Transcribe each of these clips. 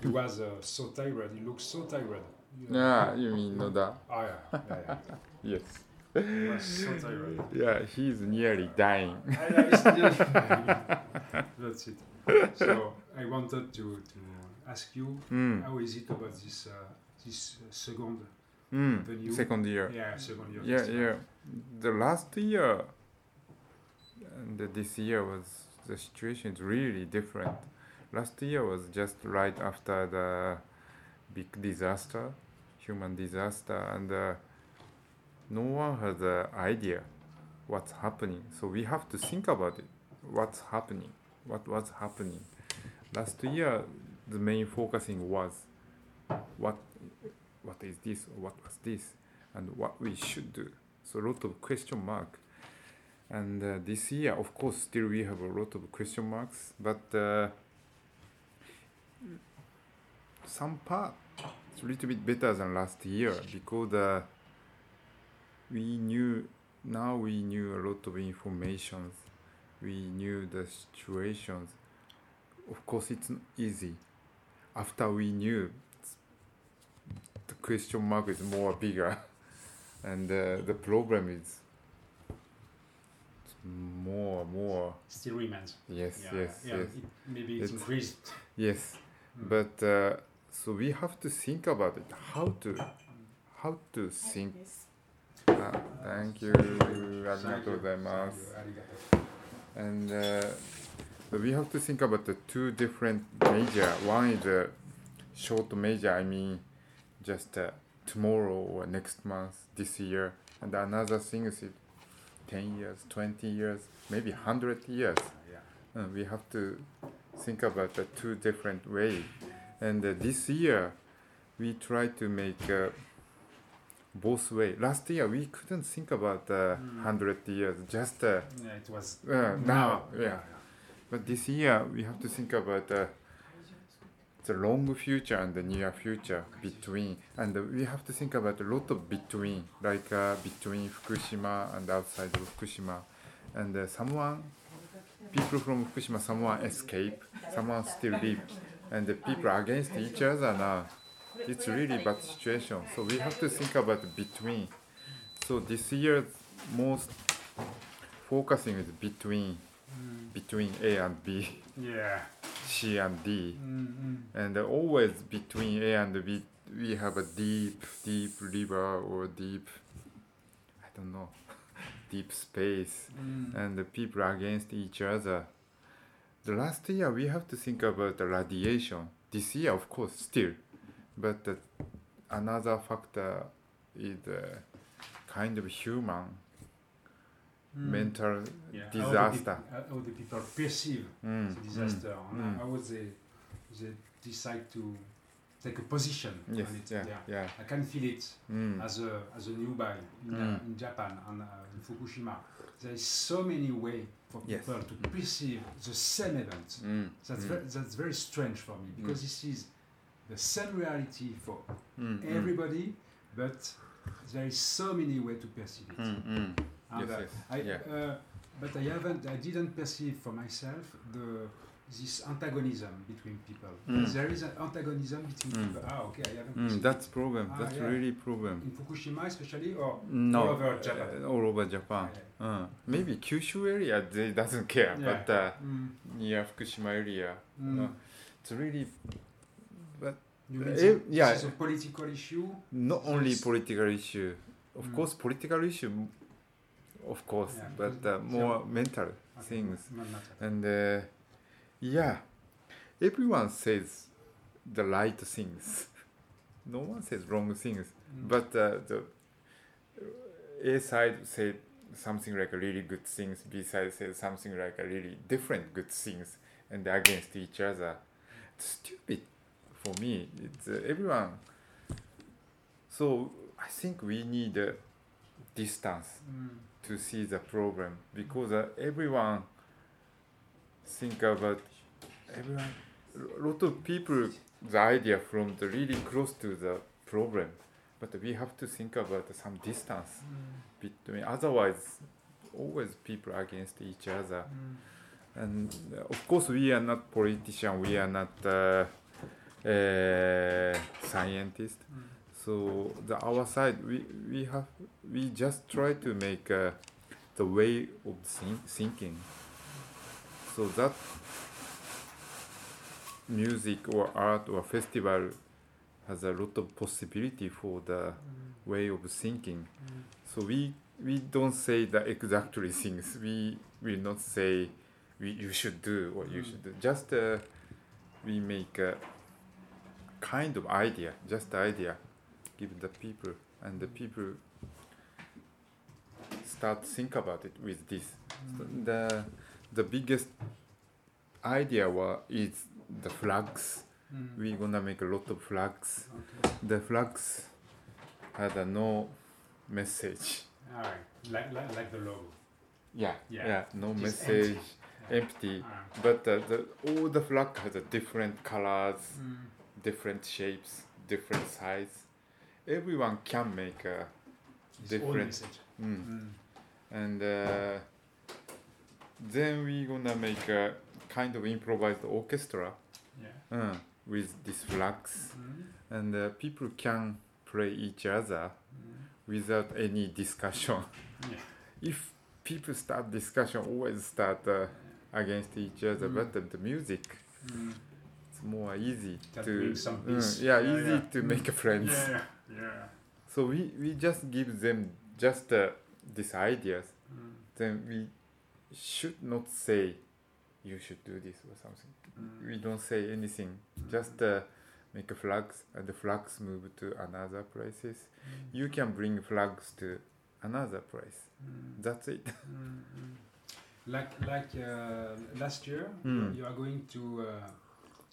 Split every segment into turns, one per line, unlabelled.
he was uh, so tired. He looked so tired. You know?
Yeah, you mean Noda?
Ah, yeah, yeah, yeah.
Yes.
He was so tired.
Yeah, he's nearly dying.
Ah, yeah, it's the- That's it. So I wanted to, to ask you
Mm.
how is it about this uh, this uh, second The
Mm.
new-
Second year.
yeah second year
Yeah,
festival?
yeah. The last year and this year was the situation is really different. Last year was just right after the big disaster, human disaster, and uh, no one has an idea what's happening. So we have to think about it. What's happening? What was happening? Last year, the main focusing was what what is this? What was this? and what we should do. So a lot of question mark. And uh, this year, of course, still we have a lot of question marks, but uh, some part it's a little bit better than last year because uh, we knew now we knew a lot of informations. We knew the situations. Of course, it's not easy. After we knew, the question mark is more bigger and uh, the problem is more more
still remains
yes
yeah,
yes
yeah.
yes
It, maybe it's,
It's-
increased
yes
Mm.
but uh, so we have to think about it how to how to think uh, thank you
Thank you.
ありがとうございます
Thank you. Arigato.
and uh, we have to think about the two different major. One is a short major, I mean, just uh, tomorrow or next month, this year, and another thing is it, ten years, twenty years, maybe hundred years.
yeah
Uh, we have to think about the two different ways. And uh, this year, we try to make uh, both way. Last year, we couldn't think about uh,
Mm.
hundred years, just. Uh,
yeah it was
uh, now, yeah. But this year, we have to think about uh, the long future and the near future between. And we have to think about a lot of between, like uh, between Fukushima and outside of Fukushima. And uh, someone, people from Fukushima, someone escape, someone still live. And the people against each other now. It's really bad situation. So we have to think about between. So this year, most focusing is between
Mm,
between A and B,
yeah
C and D,
Mm,
and always between A and B, we have a deep, deep river or deep, I don't know, deep space,
mm, mm.
and the people are against each other. The last year we have to think about the radiation. This year, of course, still, but the, another factor is uh, kind of human Hmm.
Mm.
mental
Yeah. How the
disaster.
peop- uh, How the people perceive the
Mm, mm,
disaster and
mm.
how they they decide to take a position
hmm. Yes,
on it
yeah, yeah.
I can feel it
Mm.
as a as a newbie in,
Mm.
in Japan and uh, in Fukushima. There is so many way for
Yes.
people to perceive the same event.
Mm.
That's
mm.
very, that's very strange for me
Hmm.
because this is the same reality for
Mm, mm.
everybody, but there is so many way to perceive it.
Mm, mm.
And,
Yes,
uh,
yes.
I,
yeah.
uh, but I haven't, I didn't perceive for myself the this antagonism between people.
Mm.
There is an antagonism between
Mm.
people. Ah, okay, I haven't.
Mm,
perceived
that's problem.
Ah,
that's
yeah.
really problem.
in Fukushima, especially, or
No,
all over Japan.
uh, all over Japan. Uh, maybe Kyushu area they doesn't care,
Yeah.
but uh,
Mm,
near Fukushima area,
mm.
uh, it's really. But
You mean
eh,
the-
yeah.
this is a political issue.
not only
Yes.
political issue, of
Mm.
course, political issue, m- of course,
Yeah.
but uh, more mental
Okay,
things.
not matter.
And uh, yeah, everyone says the right things. No one says wrong things.
Mm.
But uh, the A side said something like really good things, B side said something like a really different good things, and they're against each other. It's stupid for me. It's uh, everyone. So I think we need uh, distance
Mm,
to see the problem because uh, everyone think about everyone a lot of people the idea from the really close to the problem but we have to think about some distance
mm,
between otherwise always people against each other
mm.
and uh, of course we are not politician we are not uh, uh, scientist.
Mm.
So the our side, we we have we just try to make uh, the way of think, thinking. So that music or art or festival has a lot of possibility for the
Mm.
way of thinking.
Mm.
So we we don't say the exactly things. We will not say we you should do or you
Mm.
should do. Just uh, we make a kind of idea, just idea, give the people, and the people start think about it with this. So
mm. Mm-hmm.
the the biggest idea wa is the flags.
Mm.
We're gonna make a lot of flags.
Okay.
The flags had a no message.
All right. Like, like, like the logo.
Yeah,
Yeah.
no
Just
message,
empty. Yeah.
empty.
Ah.
But uh, the, all the flag has a different colors,
Mm.
different shapes, different size. Everyone can make a,
It's all
Different.
message.
mm.
Mm.
and uh, then we gonna make a kind of improvised orchestra
Yeah.
uh, with these flags,
Mm.
and uh, people can play each other
Mm.
without any discussion.
Yeah.
if people start discussion, always start uh, against each other,
Mm.
but the, the music.
Mm.
it's more easy
That
to
brings some
Mm,
peace.
yeah,
Yeah,
easy
yeah. Mm.
to make friends
Yeah. Yeah.
so we we just give them just uh, these ideas
Mm.
then we should not say you should do this or something
Mm.
we don't say anything just uh, make flags and the flags move to another places
Mm.
you can bring flags to another place
Mm.
that's it
Mm, mm. Like like uh, last year,
Mm.
you are going to uh,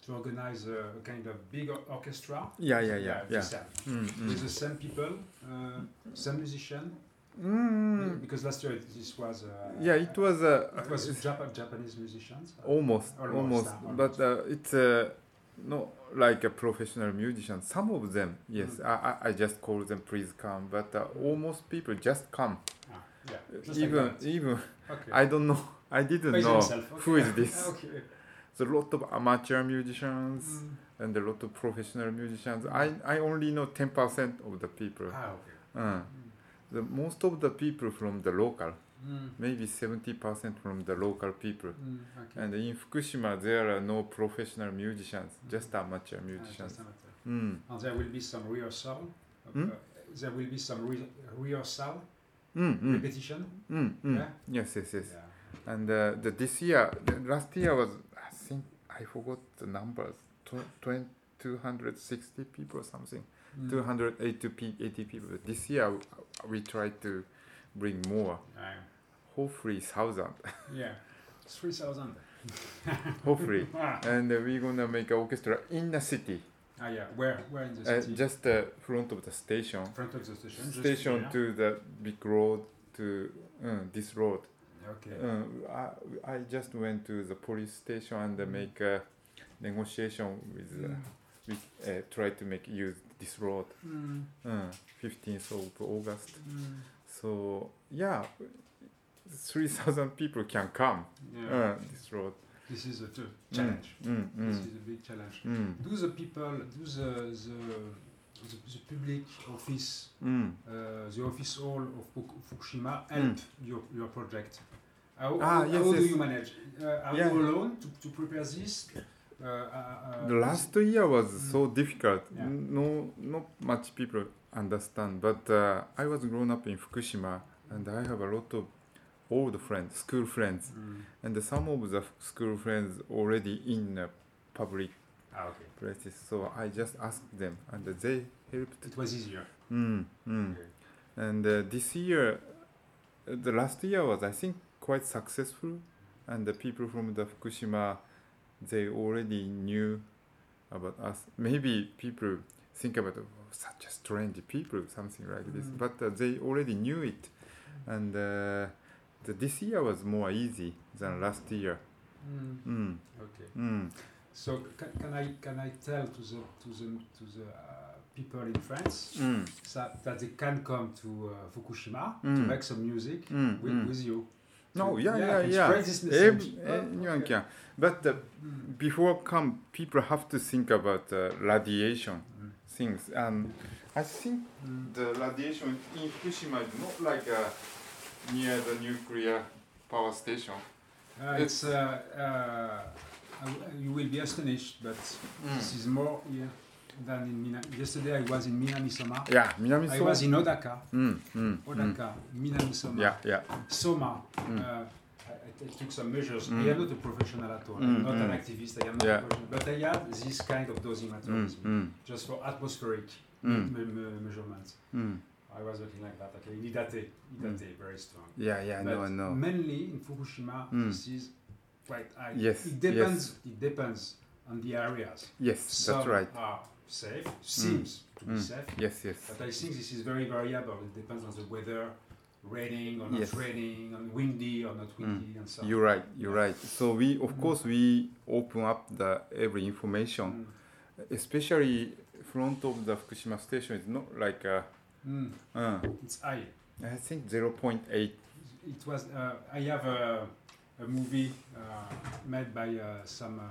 to organize a kind of big or- orchestra.
yeah yeah yeah
the
yeah
same.
mm,
With
mm.
the same people, uh, same musician.
Mm.
Because last year it, this was. Uh,
yeah it was uh, a
It was Jap- Japanese musicians.
almost
Almost,
almost,
uh, almost.
but uh, it's uh, not like a professional musician some of them yes
Mm.
I, I i just call them please come but uh, almost people just come
Ah, yeah. just like
even
that.
even
Okay.
i don't know i didn't
Praise
know
himself,
who
okay. Ah,
is this
okay.
There's a lot of amateur musicians
Mm.
and a lot of professional musicians i i only know 10% of the people
Ah, okay.
Uh, the most of the people from the local
Mm.
maybe 70% from the local people
Mm. Okay.
And in Fukushima, there are no professional musicians, just amateur
Ah, just
musicians.
amateur.
Mm.
And there will be some rehearsal. of,
Hmm?
uh, there will be some re- rehearsal
Mm, mm,
repetition.
mm, mm.
Yeah?
Yes, yes, yes.
Yeah.
And uh, the, this year, the last year was, I think, I forgot the numbers, tw- twen- 260 people or something,
Mm.
280 pe- 80 people. This year, w- we try to bring more,
Ah,
hopefully 1,000,
yeah. Three thousand.
hopefully.
Ah,
And uh, we're gonna make an orchestra in the city,
ah, yeah. Where? Where in the
uh,
city?
just uh, front of the station.
In front of the station. just
station
here.
to the big road to uh, this road.
Okay.
Uh, I, I just went to the police station and uh, make a negotiation with, uh,
Mm.
with uh, try to make use this road.
Mm,
Uh, 15th of August.
mm,
So yeah, 3,000 people can come
yeah.
uh, this road.
This is a t- challenge.
Mm,
This
mm,
is a big challenge.
mm,
Do the people? Do the the the, the public office?
mm.
uh, the office hall of Fuk- Fukushima
Mm.
help your, your project? How,
Ah,
how,
yes,
how do
yes.
you manage? Uh, are
Yeah.
you alone to, to prepare this? Uh, uh,
The last year was
Mm.
so difficult.
Yeah.
No, not much people understand. But uh, I was grown up in Fukushima, and I have a lot of old friends, school friends,
Mm.
and some of the school friends already in uh, public
Ah, okay.
places. So I just asked them, and they helped.
It was easier.
Mm, mm.
Okay.
And uh, this year, uh, the last year was, I think, quite successful. And the people from the Fukushima, they already knew about us. Maybe people think about oh, such a strange people, something like this.
Mm.
But uh, they already knew it. And uh, the, this year was more easy than last year.
Mm.
Mm,
Okay.
mm.
So can, can I can I tell to the to the to the uh, people in France
Mm,
that, that they can come to uh, Fukushima to
Mm.
make some music
mm,
with,
mm.
with you?
No, yeah,
Yeah,
yeah,
it's
yeah.
crazy,
Ev-
isn't it?
anyone can. But uh, before come, people have to think about uh, radiation things, and I think
Mm.
the radiation in Fukushima is not like uh, near the nuclear power station.
Uh, it's uh, uh, I- you will be astonished, but
Mm.
this is more here than in Mina. Yesterday I was in Minamisoma.
Yeah, Minami
I was in Odaka,
Mm, mm, mm.
Odaka, Minamisoma,
Yeah, yeah.
Soma.
Mm.
Uh, I, I took some measures.
Mm.
I am not a professional at all.
Mm,
I'm not an
mm.
activist. I am not
Yeah.
a professional. But I had this kind of dosing
Mm,
materials
mm,
just for atmospheric
mm,
me- me- measurements.
mm.
I was looking like that. Okay, in Idate, Idate, very strong.
Yeah, yeah.
But
No, no.
Mainly in Fukushima,
Mm.
this is quite high.
Yes,
It depends. It depends on the areas.
Yes,
Some
that's right. Hmm.
are safe. Seems to be
Mm.
safe.
Yes, yes.
But I think this is very variable. It depends on the weather, raining or not
Yes. Hmm.
raining, on windy or not windy, and so on.
You're right. You're right. So we, of
Mm-hmm.
course, we open up the every information.
Mm.
especially front of the Fukushima station is not like a,
Mm.
uh,
It's high.
I think 0.8.
It was. Uh, I have a, a movie uh, made by uh, some uh,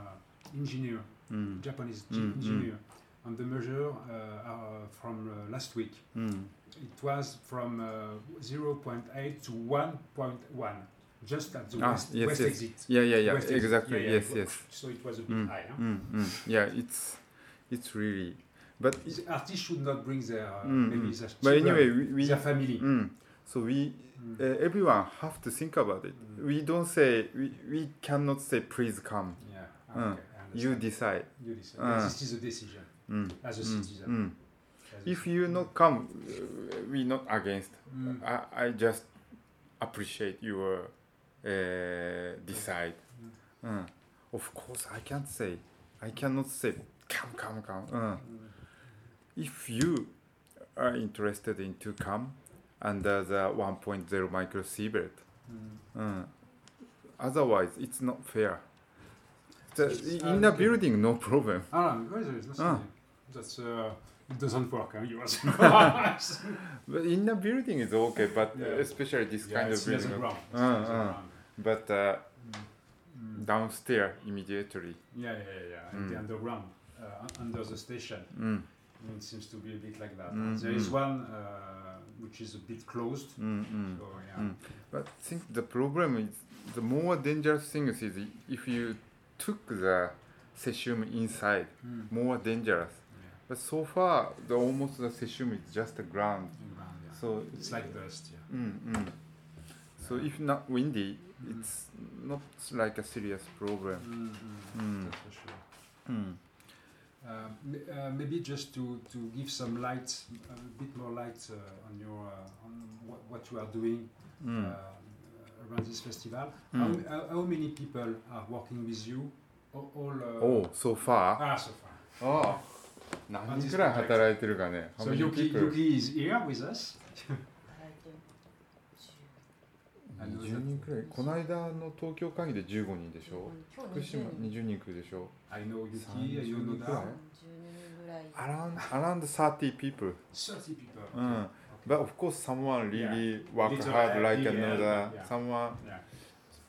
engineer,
Mm,
Japanese
Mm, mm.
engineer, on the measure uh, uh, from uh, last week.
mm,
It was from uh, 0.8 to 1.1, just at the
Ah,
west,
yes,
west
yes.
exit.
Yeah, yeah, yeah,
West exit.
exactly.
Yeah, yeah,
Yes,
it
yes.
was- So it was a bit
Mm,
high. Huh?
mm, mm. Yeah, it's it's really, but
The Artists should not bring their uh,
Mm,
maybe
mm.
their
but
children,
anyway, we, we
their family.
mm, so we
Mm.
uh, everyone have to think about it.
Mm.
Uh, We don't say we, we cannot say please come.
yeah, okay,
uh,
I understand.
You decide.
You decide.
uh,
this is a decision
Mm,
as a
mm,
citizen.
mm.
as a
If you not Ah. come, uh, we not against.
Mm,
I, I just appreciate your uh, decide. Mm. Of course, I can't say. I cannot say, come, come, come. Mm.
mm,
If you are interested in to come under the 1.0 microsievert,
mm.
mm. otherwise it's not fair. The-
It's-
in a
uh, okay.
building, no problem.
Ah, no, there is nothing.
Ah.
That's uh, it doesn't work. Huh? You are
But in a building is okay, but
Yeah.
especially this
yeah,
kind
it's
of
near the
building.
ground. It's
Ah,
near the
ah.
ground.
But uh,
Mm.
downstairs immediately.
Yeah, yeah, yeah, yeah.
Mm.
The underground, uh, un- under the station.
Mm.
I mean, It seems to be a bit like that.
Mm,
There is
mm.
one uh, which is a bit closed.
Mm, mm.
So yeah.
Mm. But I think the problem is the more dangerous thing is if you took the cesium inside,
Mm.
more dangerous.
Yeah.
But so far, the almost the cesium is just the ground.
Underground, yeah.
So
It's like dust, yeah.
Mm, mm. So
Yeah.
if not windy,
Mm.
it's not like a serious problem.
Mm, mm,
Mm.
That's for sure.
Mm.
Uh, m- uh, maybe just to, to give some light, a bit more light uh, on your uh, on what, what you are doing
Mm.
uh, around this festival. How,
Mm.
m- how, how many people are working with you? All, all uh,
Oh, so far.
ah, so far.
ああ、何人くらい働いてるかね。
So Yuki,
people?
Yuki is here with us.
20人くらい。この間の東京会議で15人でしょ。福島20人くらいでしょ。
I know Yuki,
Sanji
I you know that.
Yuki.
ぐらい。
around around 30 people
30 people.
Mm.
Okay.
but of course someone really work
Little
hard like
idea,
another
yeah.
someone
Yeah,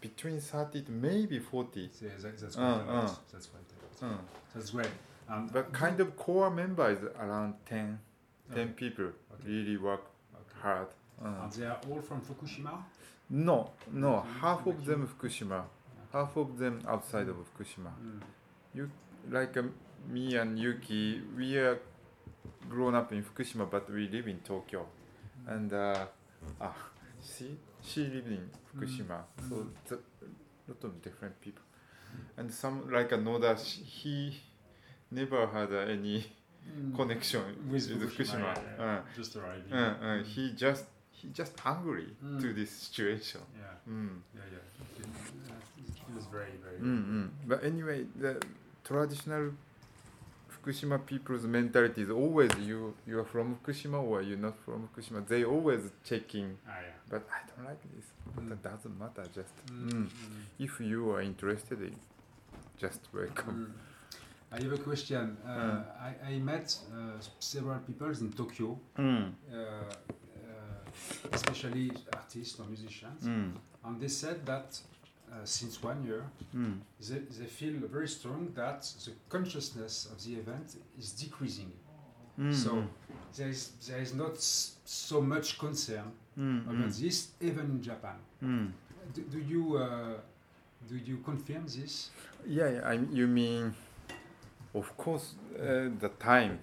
between 30 to maybe 40
so that, that's quite
Uh,
a lot.
uh.
That's quite a lot.
Mm.
That's great. Um,
but kind of core member is around 10 10
okay,
people
okay,
really work
okay.
hard Mm.
And they are all from Fukushima?
no no
Okay.
half of them Fukushima half of them outside of Fukushima
Mm.
like um, me and Yuki we are grown up in Fukushima but we live in Tokyo and uh, ah, she she lived in Fukushima, so
Mm.
it's a lot of different people, and some like another she, he never had uh, any
Mm.
connection
with
with
Fukushima.
Fukushima.
yeah, yeah, yeah. just arriving.
Uh, uh, uh,
Mm.
He just he just angry
Mm.
to this situation.
Yeah,
Mm.
yeah, yeah. It, uh, it feels very, very.
Mm, mm. But anyway, the traditional Fukushima people's mentality is always you you are from Fukushima or you're not from Fukushima. They always checking,
Ah, yeah.
but I don't like this. That doesn't matter. Just
Mm.
Mm. if you are interested in, just welcome.
Mm. I have a question. Uh,
Uh.
I, I met uh, several people in Tokyo
Mm.
uh, uh, especially artists or musicians,
Mm.
and they said that uh, since one year
Mm.
they, they feel very strong that the consciousness of the event is decreasing.
Mm.
So there is there is not s- so much concern
mm.
about this even in Japan.
Mm.
Do, do you uh, do you confirm this?
Yeah, yeah, I, you mean, of course, uh, the time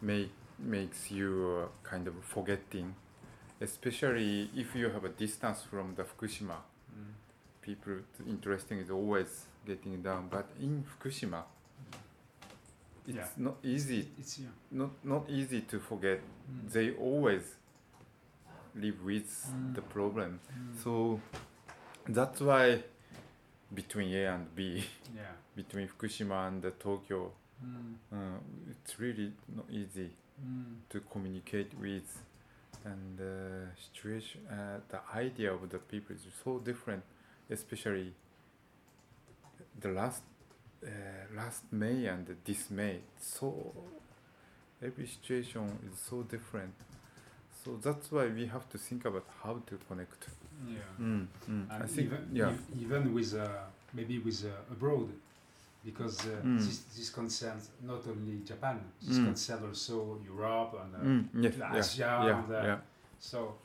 make, makes you uh, kind of forgetting, especially if you have a distance from the Fukushima. People t- interesting is always getting down, but in Fukushima, it's
Yeah.
not easy,
It's here.
not not easy to forget.
Mm.
They always live with
Mm.
the problem.
Mm.
So that's why between A and B.
yeah.
between Fukushima and uh, Tokyo,
Mm.
uh, it's really not easy
Mm.
to communicate with, and the situation, uh, the idea of the people is so different, especially the last, uh, last May and this May. So every situation is so different. So that's why we have to think about how to connect.
Yeah.
Mm, mm.
And
I think,
even,
yeah.
ev- even with uh, maybe with uh, abroad, because uh,
Mm.
this, this concerns not only Japan, this
Mm.
concerns also Europe and uh,
Mm, yes,
to
yeah,
Asia
yeah,
and uh,
yeah,
so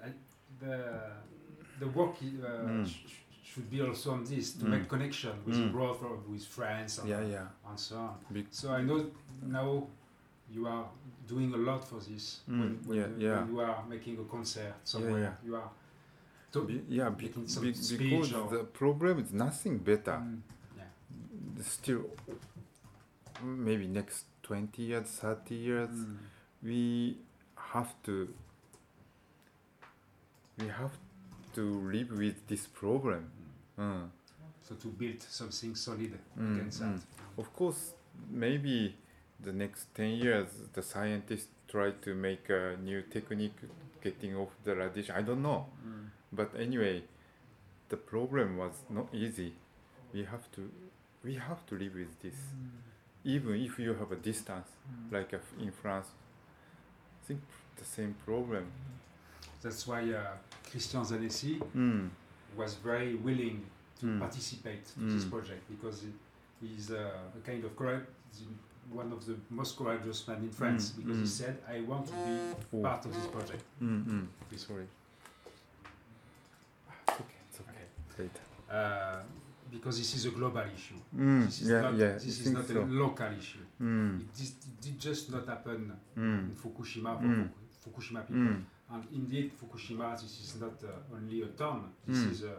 I, the the work i- uh,
Mm.
sh- sh- should be also on this to
Mm.
make connection with
Mm.
abroad or with France and,
yeah, yeah.
and so on.
Be-
So I know now you are doing a lot for this
Mm,
when, when,
yeah,
you,
yeah.
when you are making a concert somewhere.
yeah.
You are to-
Be- yeah, be-
making some
be-
speech
because
or-
the problem is nothing better.
Mm.
Still, maybe next 20 years, 30 years,
Mm.
we have to we have to live with this problem. Mm.
So to build something solid
Mm,
against
mm. Of course, maybe the next 10 years, the scientists try to make a new technique getting off the radiation. I don't know.
that. Mm.
But anyway, the problem was not easy. We have to, we have to live with this. Even if you have a distance,
Mm.
like uh, in France, I think the same problem.
That's why uh, Christian Zanessi
Mm.
was very willing to
Mm.
participate to this
Mm.
project because he, he's uh, a kind of courage, one of the most courageous men in France
Mm,
because he
mm.
said, "I want to be
Oh.
part of this project."
Mm, mm.
This
Sorry. It's okay. Later.
Uh, because this is a global issue.
Mm.
This is
yeah,
not,
yeah.
this
I
is
think
not
so.
a local issue.
Mm.
It, dis- it did just not happen in
Mm.
Fukushima for
Mm.
Fuku- Fukushima people.
Mm.
And indeed, Fukushima, this is not uh, only a town. This
Mm.
is a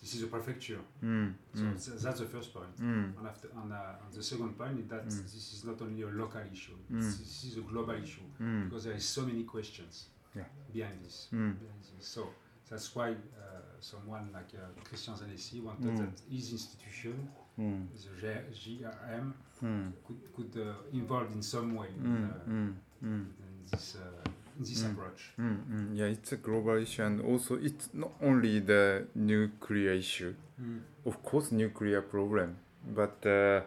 this is a prefecture.
Mm.
So
Mm.
it's- that's the first point.
Mm.
And, after, and, uh, and the second point is that
Mm.
this is not only a local issue,
Mm.
this, this is a global issue
Mm.
because there is so many questions
Yeah.
behind, this,
Mm.
behind this. So that's why uh, someone like uh, Christian Zanessi wanted
Mm.
that his institution,
Mm.
the G- GRM,
Mm.
could, could uh, involve in some way
Mm.
in, uh,
Mm. Mm.
in this, uh, in this
Mm.
approach.
Mm, mm, yeah, it's a global issue, and also it's not only the nuclear issue.
Mm.
Of course, nuclear problem, but uh,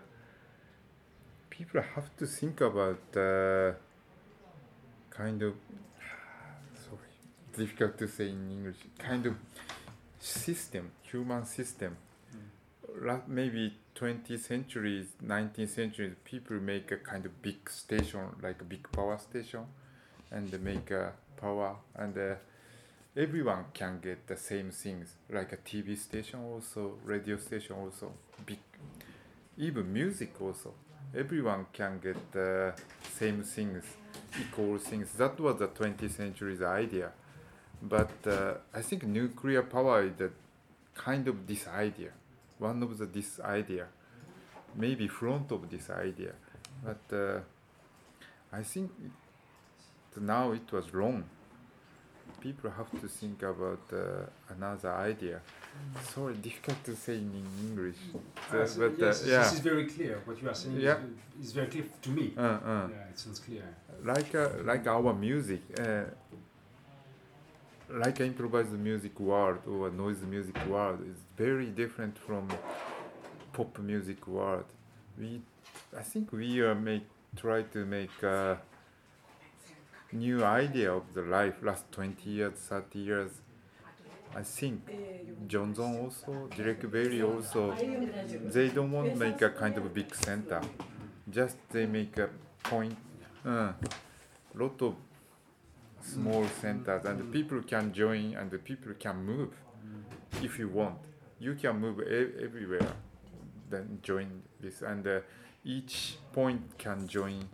people have to think about uh, kind of sorry, difficult to say in English. Kind of system, human system. La- Maybe 20th centuries, 19th centuries, people make a kind of big station, like a big power station, and they make a power, and uh, everyone can get the same things, like a TV station also, radio station also, big, even music also. Everyone can get the same things, equal things. That was the 20th century's idea, but uh, I think nuclear power is the kind of this idea one of the this idea, maybe front of this idea, but uh, I think it- now it was wrong. People have to think about uh, another idea. Sorry, difficult to say in English.
Ah, so
but, uh,
yes,
yeah.
This is very clear. What you are saying
Yeah.
is, is very clear to me.
Uh, uh.
Yeah, it sounds clear.
like uh, like our music, uh, like improvised music world or noise music world is very different from pop music world. We, I think we uh, make try to make uh, new idea of the life last 20 years, 30 years. I think Johnson also, Direct Berry also, they don't want to make a kind of big center. Just they make a point, uh, lot of small centers, and people can join and the people can move if you want. You can move e- everywhere, then join this, and uh, each point can join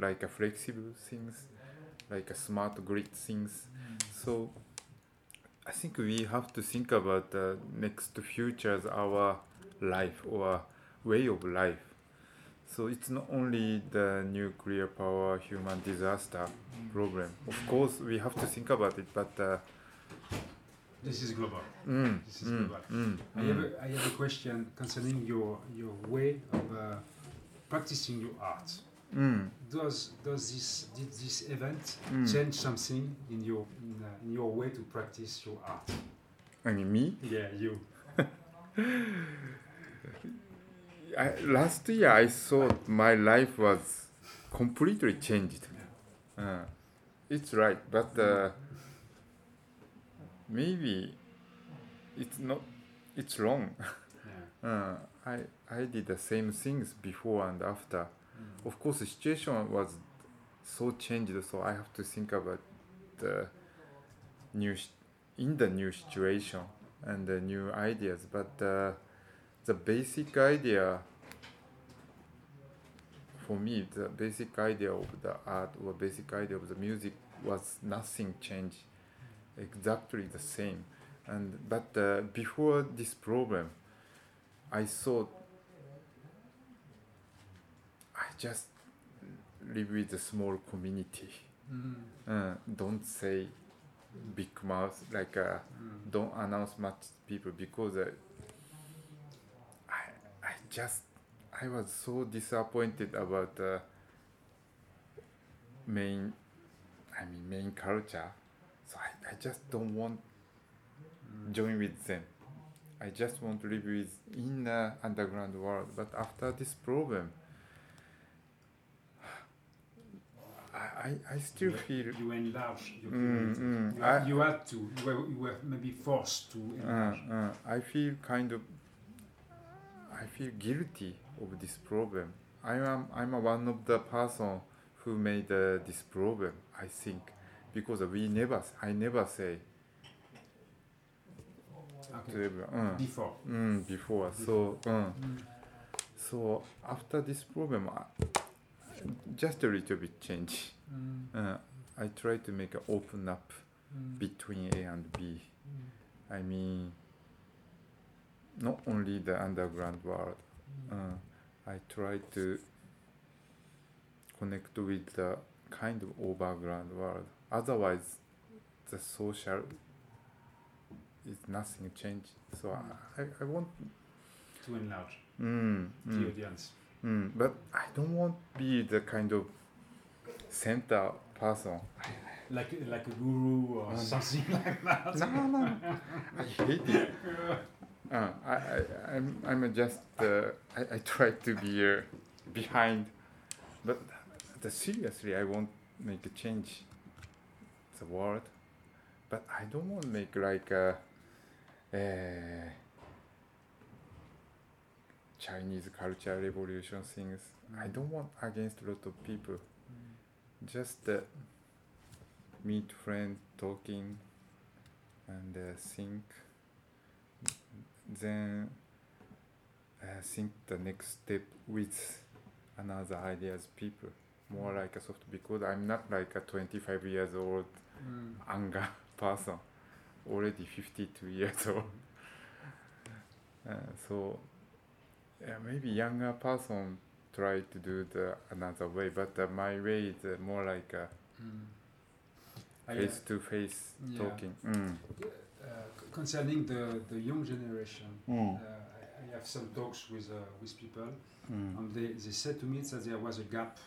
like a flexible things, like a smart grid things. So I think we have to think about the next futures, our life or way of life. So it's not only the nuclear power, human disaster problem. Of course, we have to think about it, but uh,
This is global.
mm,
This is
mm,
global.
mm,
I, have
mm.
a, I have a question concerning your, your way of uh, practicing your art.
Mm,
Does, does this, did this event
mm.
change something in your, in, uh, in your way to practice your art?
I mean, me?
Yeah, you.
I, last year I thought my life was completely changed. Uh, it's right, but uh, maybe it's not. It's wrong.
Yeah.
Uh, I I did the same things before and after.
Mm.
Of course, the situation was so changed, so I have to think about the new s- in the new situation and the new ideas. But uh, the basic idea for me, the basic idea of the art or basic idea of the music was nothing changed, exactly the same. And but uh, before this problem, I thought I just live with a small community.
Mm.
Uh, don't say big mouth like uh,
Mm.
don't announce much people because uh, I I just I was so disappointed about uh, main I mean main culture, so I, I just don't want join with them. I just want to live with in the underground world. But after this problem, I I, I still
Yeah.
feel.
You enlarge your
Mm,
community.
mm,
You,
I-
had- you had to. You were, you were maybe forced to
uh,
enlarge.
uh, I feel kind of I feel guilty of this problem. I am I'm a one of the person who made uh, this problem. I think because we never I never say to
okay.
everyone uh,
Before.
mm, before. So uh,
Mm.
so after this problem, I, just a little bit change.
Mm.
Uh, I try to make an open up
Mm.
between A and B.
Mm.
I mean, not only the underground world.
mm,
Uh, I try to connect with the kind of overground world. Otherwise, the social is nothing changed. So I, I, I want,
To enlarge
mm,
the
mm,
audience.
mm, but I don't want to be the kind of center person.
like like a guru or
Mm.
something like that.
No, no, no. I hate it. Uh, I, I, I'm, I'm a just, uh, I, I try to be uh, behind, but the, seriously, I won't make a change the world, but I don't want to make like a, uh, Chinese culture revolution things. I don't want against a lot of people. Just uh, meet friends, talking, and uh, think. Then uh, think the next step with another ideas people. More like a soft because I'm not like a 25 years old
Mm.
anger person, already 52 years old. Uh, so yeah, maybe younger person try to do the another way, but uh, my way is uh, more like a
Mm. I, uh,
face to face
Yeah.
talking. Mm.
uh, concerning the, the young generation, uh,
Mm.
I, I have some talks with uh, with people,
Mm.
and they, they said to me that there was a gap.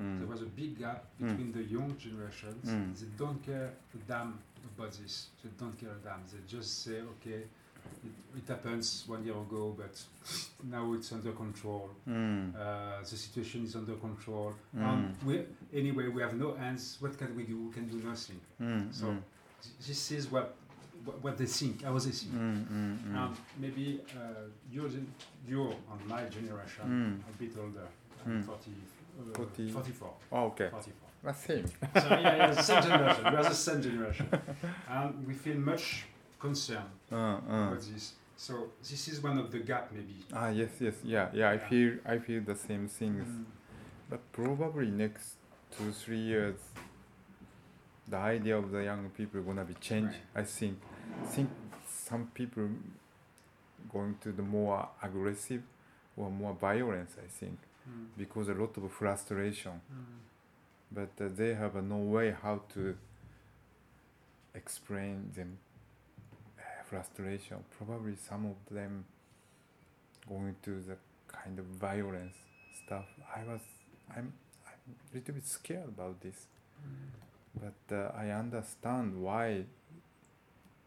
Um, There was a big gap
Mm.
between the young generations.
Mm.
They don't care a damn about this. They don't care a damn. They just say, okay, It, it happens one year ago, but now it's under control.
Mm. うん。
Uh, the situation is under control.
Mm.
Um, we, anyway, we have no hands. What can we do? We can do nothing.
うん。
um, So th- this is what what, what they think. How they
うん。う
think.
ん
Um, maybe uh, your gen- your and my generation,
Mm.
a bit older,
Mm.
I'm 40, uh,
Forty.
44,
うん。オッケー。
44.
まあ、same.
So yeah, yeah, the same generation. We are the same generation, and we feel much concern
うん。うん
about。this. So this is one of the gap, maybe.
uh. Ah, yes, yes, yeah, yeah. I feel, I feel the same things.
Mm.
But probably next two, three years, the idea of the young people gonna be changed. I think, think some people going to the more aggressive or more violence. I think
Mm.
because a lot of frustration,
Mm.
but uh, they have uh, no way how to explain them uh, frustration. Probably some of them going to the kind of violence stuff. I was, I'm, I'm a little bit scared about this,
Mm.
but uh, I understand why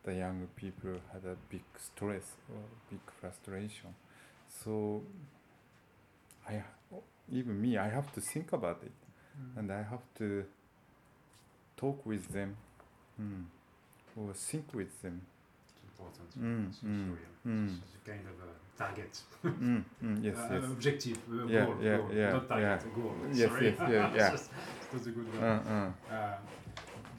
the young people had a big stress or big frustration. So I, even me, I have to think about it and I have to talk with them mm. or think with them.
It's important.
Mm,
It's
mm,
surreal.
mm.
It's a kind of a target.
mm, mm, yes,
uh,
yes.
an objective, a
Yeah,
goal,
yeah,
goal.
yeah,
not target, a goal.
Yes,
Sorry.
yes, yeah,
It's
yeah.
just, it was a good
Uh,
one.
uh.
Uh,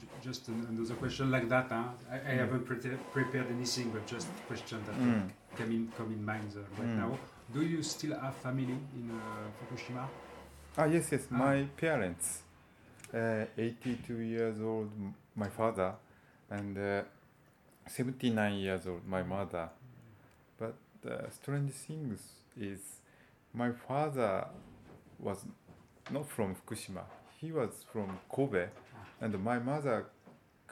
j- just an- another question like that. Huh? I, I
Mm.
haven't pre- prepared anything, but just question that
Mm.
came in come in mind uh, right
Mm.
now. Do you still have family in uh, Fukushima?
Ah, yes, yes.
Ah.
My parents, uh, 82 years old, m- my father, and uh, 79 years old, my mother. But the strange thing is, my father was not from Fukushima. He was from Kobe, and my mother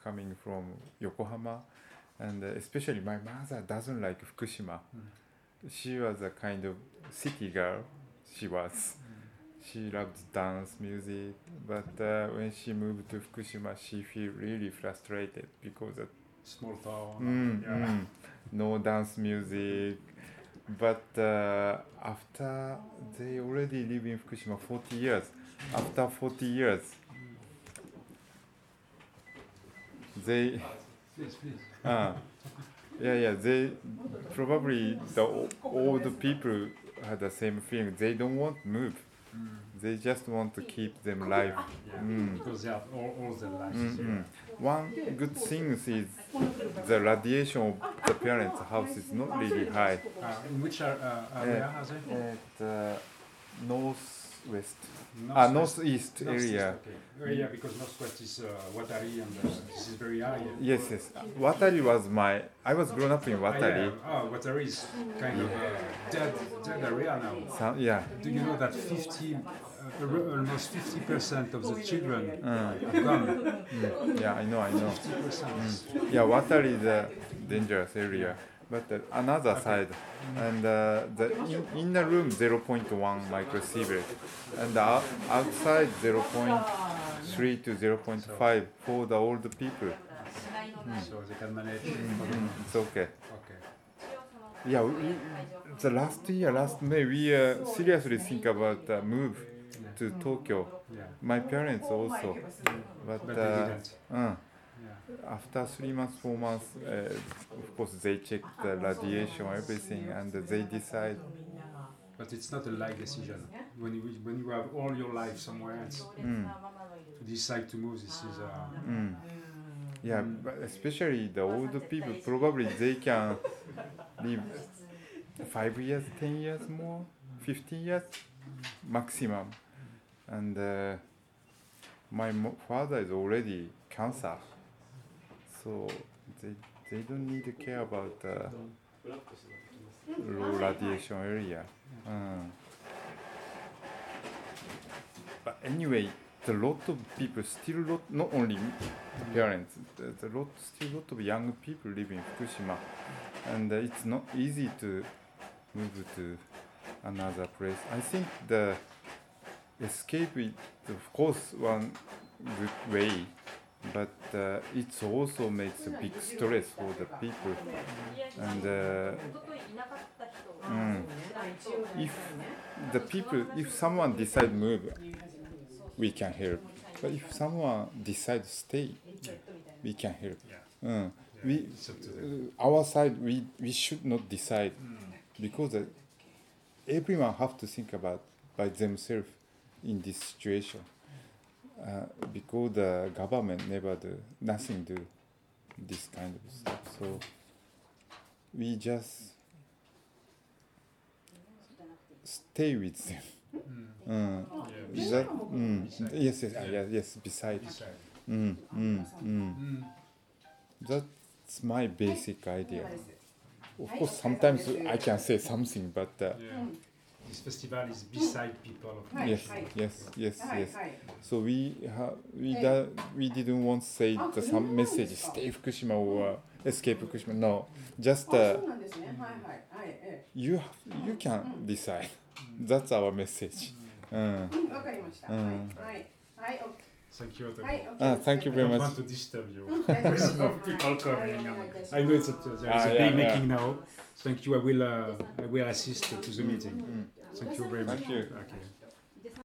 coming from Yokohama, and uh, especially my mother doesn't like Fukushima. She was a kind of city girl. She was. She loved dance music, but uh, when she moved to Fukushima, she feel really frustrated because of,
Small town. uh,
mm,
yeah.
mm, no dance music. But uh, after they already live in Fukushima 40 years, after 40 years, they
Please, please.
Ah, yeah, yeah. They probably the o- old people had the same feeling. They don't want move. They just want to keep them live.
Yeah.
Mm.
Because they have all, all their lives.
Mm-mm. One good thing is the radiation of the parents' house is not really high.
Uh, in which are, uh, area are they?
At uh, northwest, ah,
Northwest?
northeast
Northeast,
area. Mm.
Okay. Uh, yeah, because northwest is uh, Watari and uh, this is very high. yeah.
Yes, yes. Watari was my. I was grown up in
Ah, yeah.
Watari.
Ah, Watari is kind of uh, dead, dead area now.
Some, yeah.
Do you know that 50, uh, ar- almost 50 percent of the children
Uh,
have gone?
mm. yeah, I know, I know.
50 percent.
Yeah, water is a dangerous area, but uh, another side, and uh, the in, inner room 0.1 microsievert, and the out- outside
uh,
0.3 to 0.5 for the old people. Mm,
So they can manage.
It's okay.
Okay.
Yeah, we, we- the last year, last May, we uh, seriously think about uh, move
Yeah.
to Tokyo.
yeah.
My parents also, but
But they
uh,
didn't.
uh,
Yeah.
after three months, four months, uh, of course they check the radiation, everything, and they decide.
But it's not a life decision. When you, when you have all your life somewhere else,
Mm,
to decide to move, this is. Uh,
mm. Yeah,
Mm.
but especially the older people, probably they can live five years, ten years more, fifteen years maximum. And uh, my mo- father is already cancer, so they they don't need to care about uh, low radiation area. Mm. But anyway, the lot of people still lot not only parents, the, the lot still lot of young people live in Fukushima, and uh, it's not easy to move to another place. I think the escape is of course one good way, but uh, it also makes a big stress for the people. And uh, mm, if the people, if someone decide move, we can help. But if someone decides stay, we can help.
Yeah.
Mm.
Yeah,
We,
it's up to them.
uh, our side, we, we should not decide
Mm.
because uh, everyone have to think about by themselves in this situation uh, because the government never do nothing do this kind of stuff so we just stay with them
Mm.
mm.
Yeah.
Is that, mm.
Beside.
yes yes ah, yes, yes beside
Decide.
mm, mm, mm.
Mm.
that's my basic idea of course sometimes i can say something but uh,
Yeah. This festival is beside people. Of
Right,
yes
right.
yes yes
はいは
yes
い。
So we ha- we
Hey.
da- we didn't want to say
Ah,
the
no,
some
no,
message
it's Mm. not.
stay Fukushima or uh, escape Fukushima. No,
あ
just
そう
uh,
なんですね。
Hmm.
はいはいはい。え
you you
Mm.
can decide.
Hmm.
That's our message. Uh,
えうんわかりました。
う
はい
ん
はいはいお
Thank you.
はい
Otago.
オッケー
ah, thank you very
I don't
much.
want to disturb
う
you.
ん大丈夫で すは
people
い
coming.
お願いいたします
I know it's up to there is
Ah,
a
yeah,
day
yeah.
making
Mm.
now. Thank you. I will uh, I will assist to the meeting. Thank you very much.
Thank you.
Okay.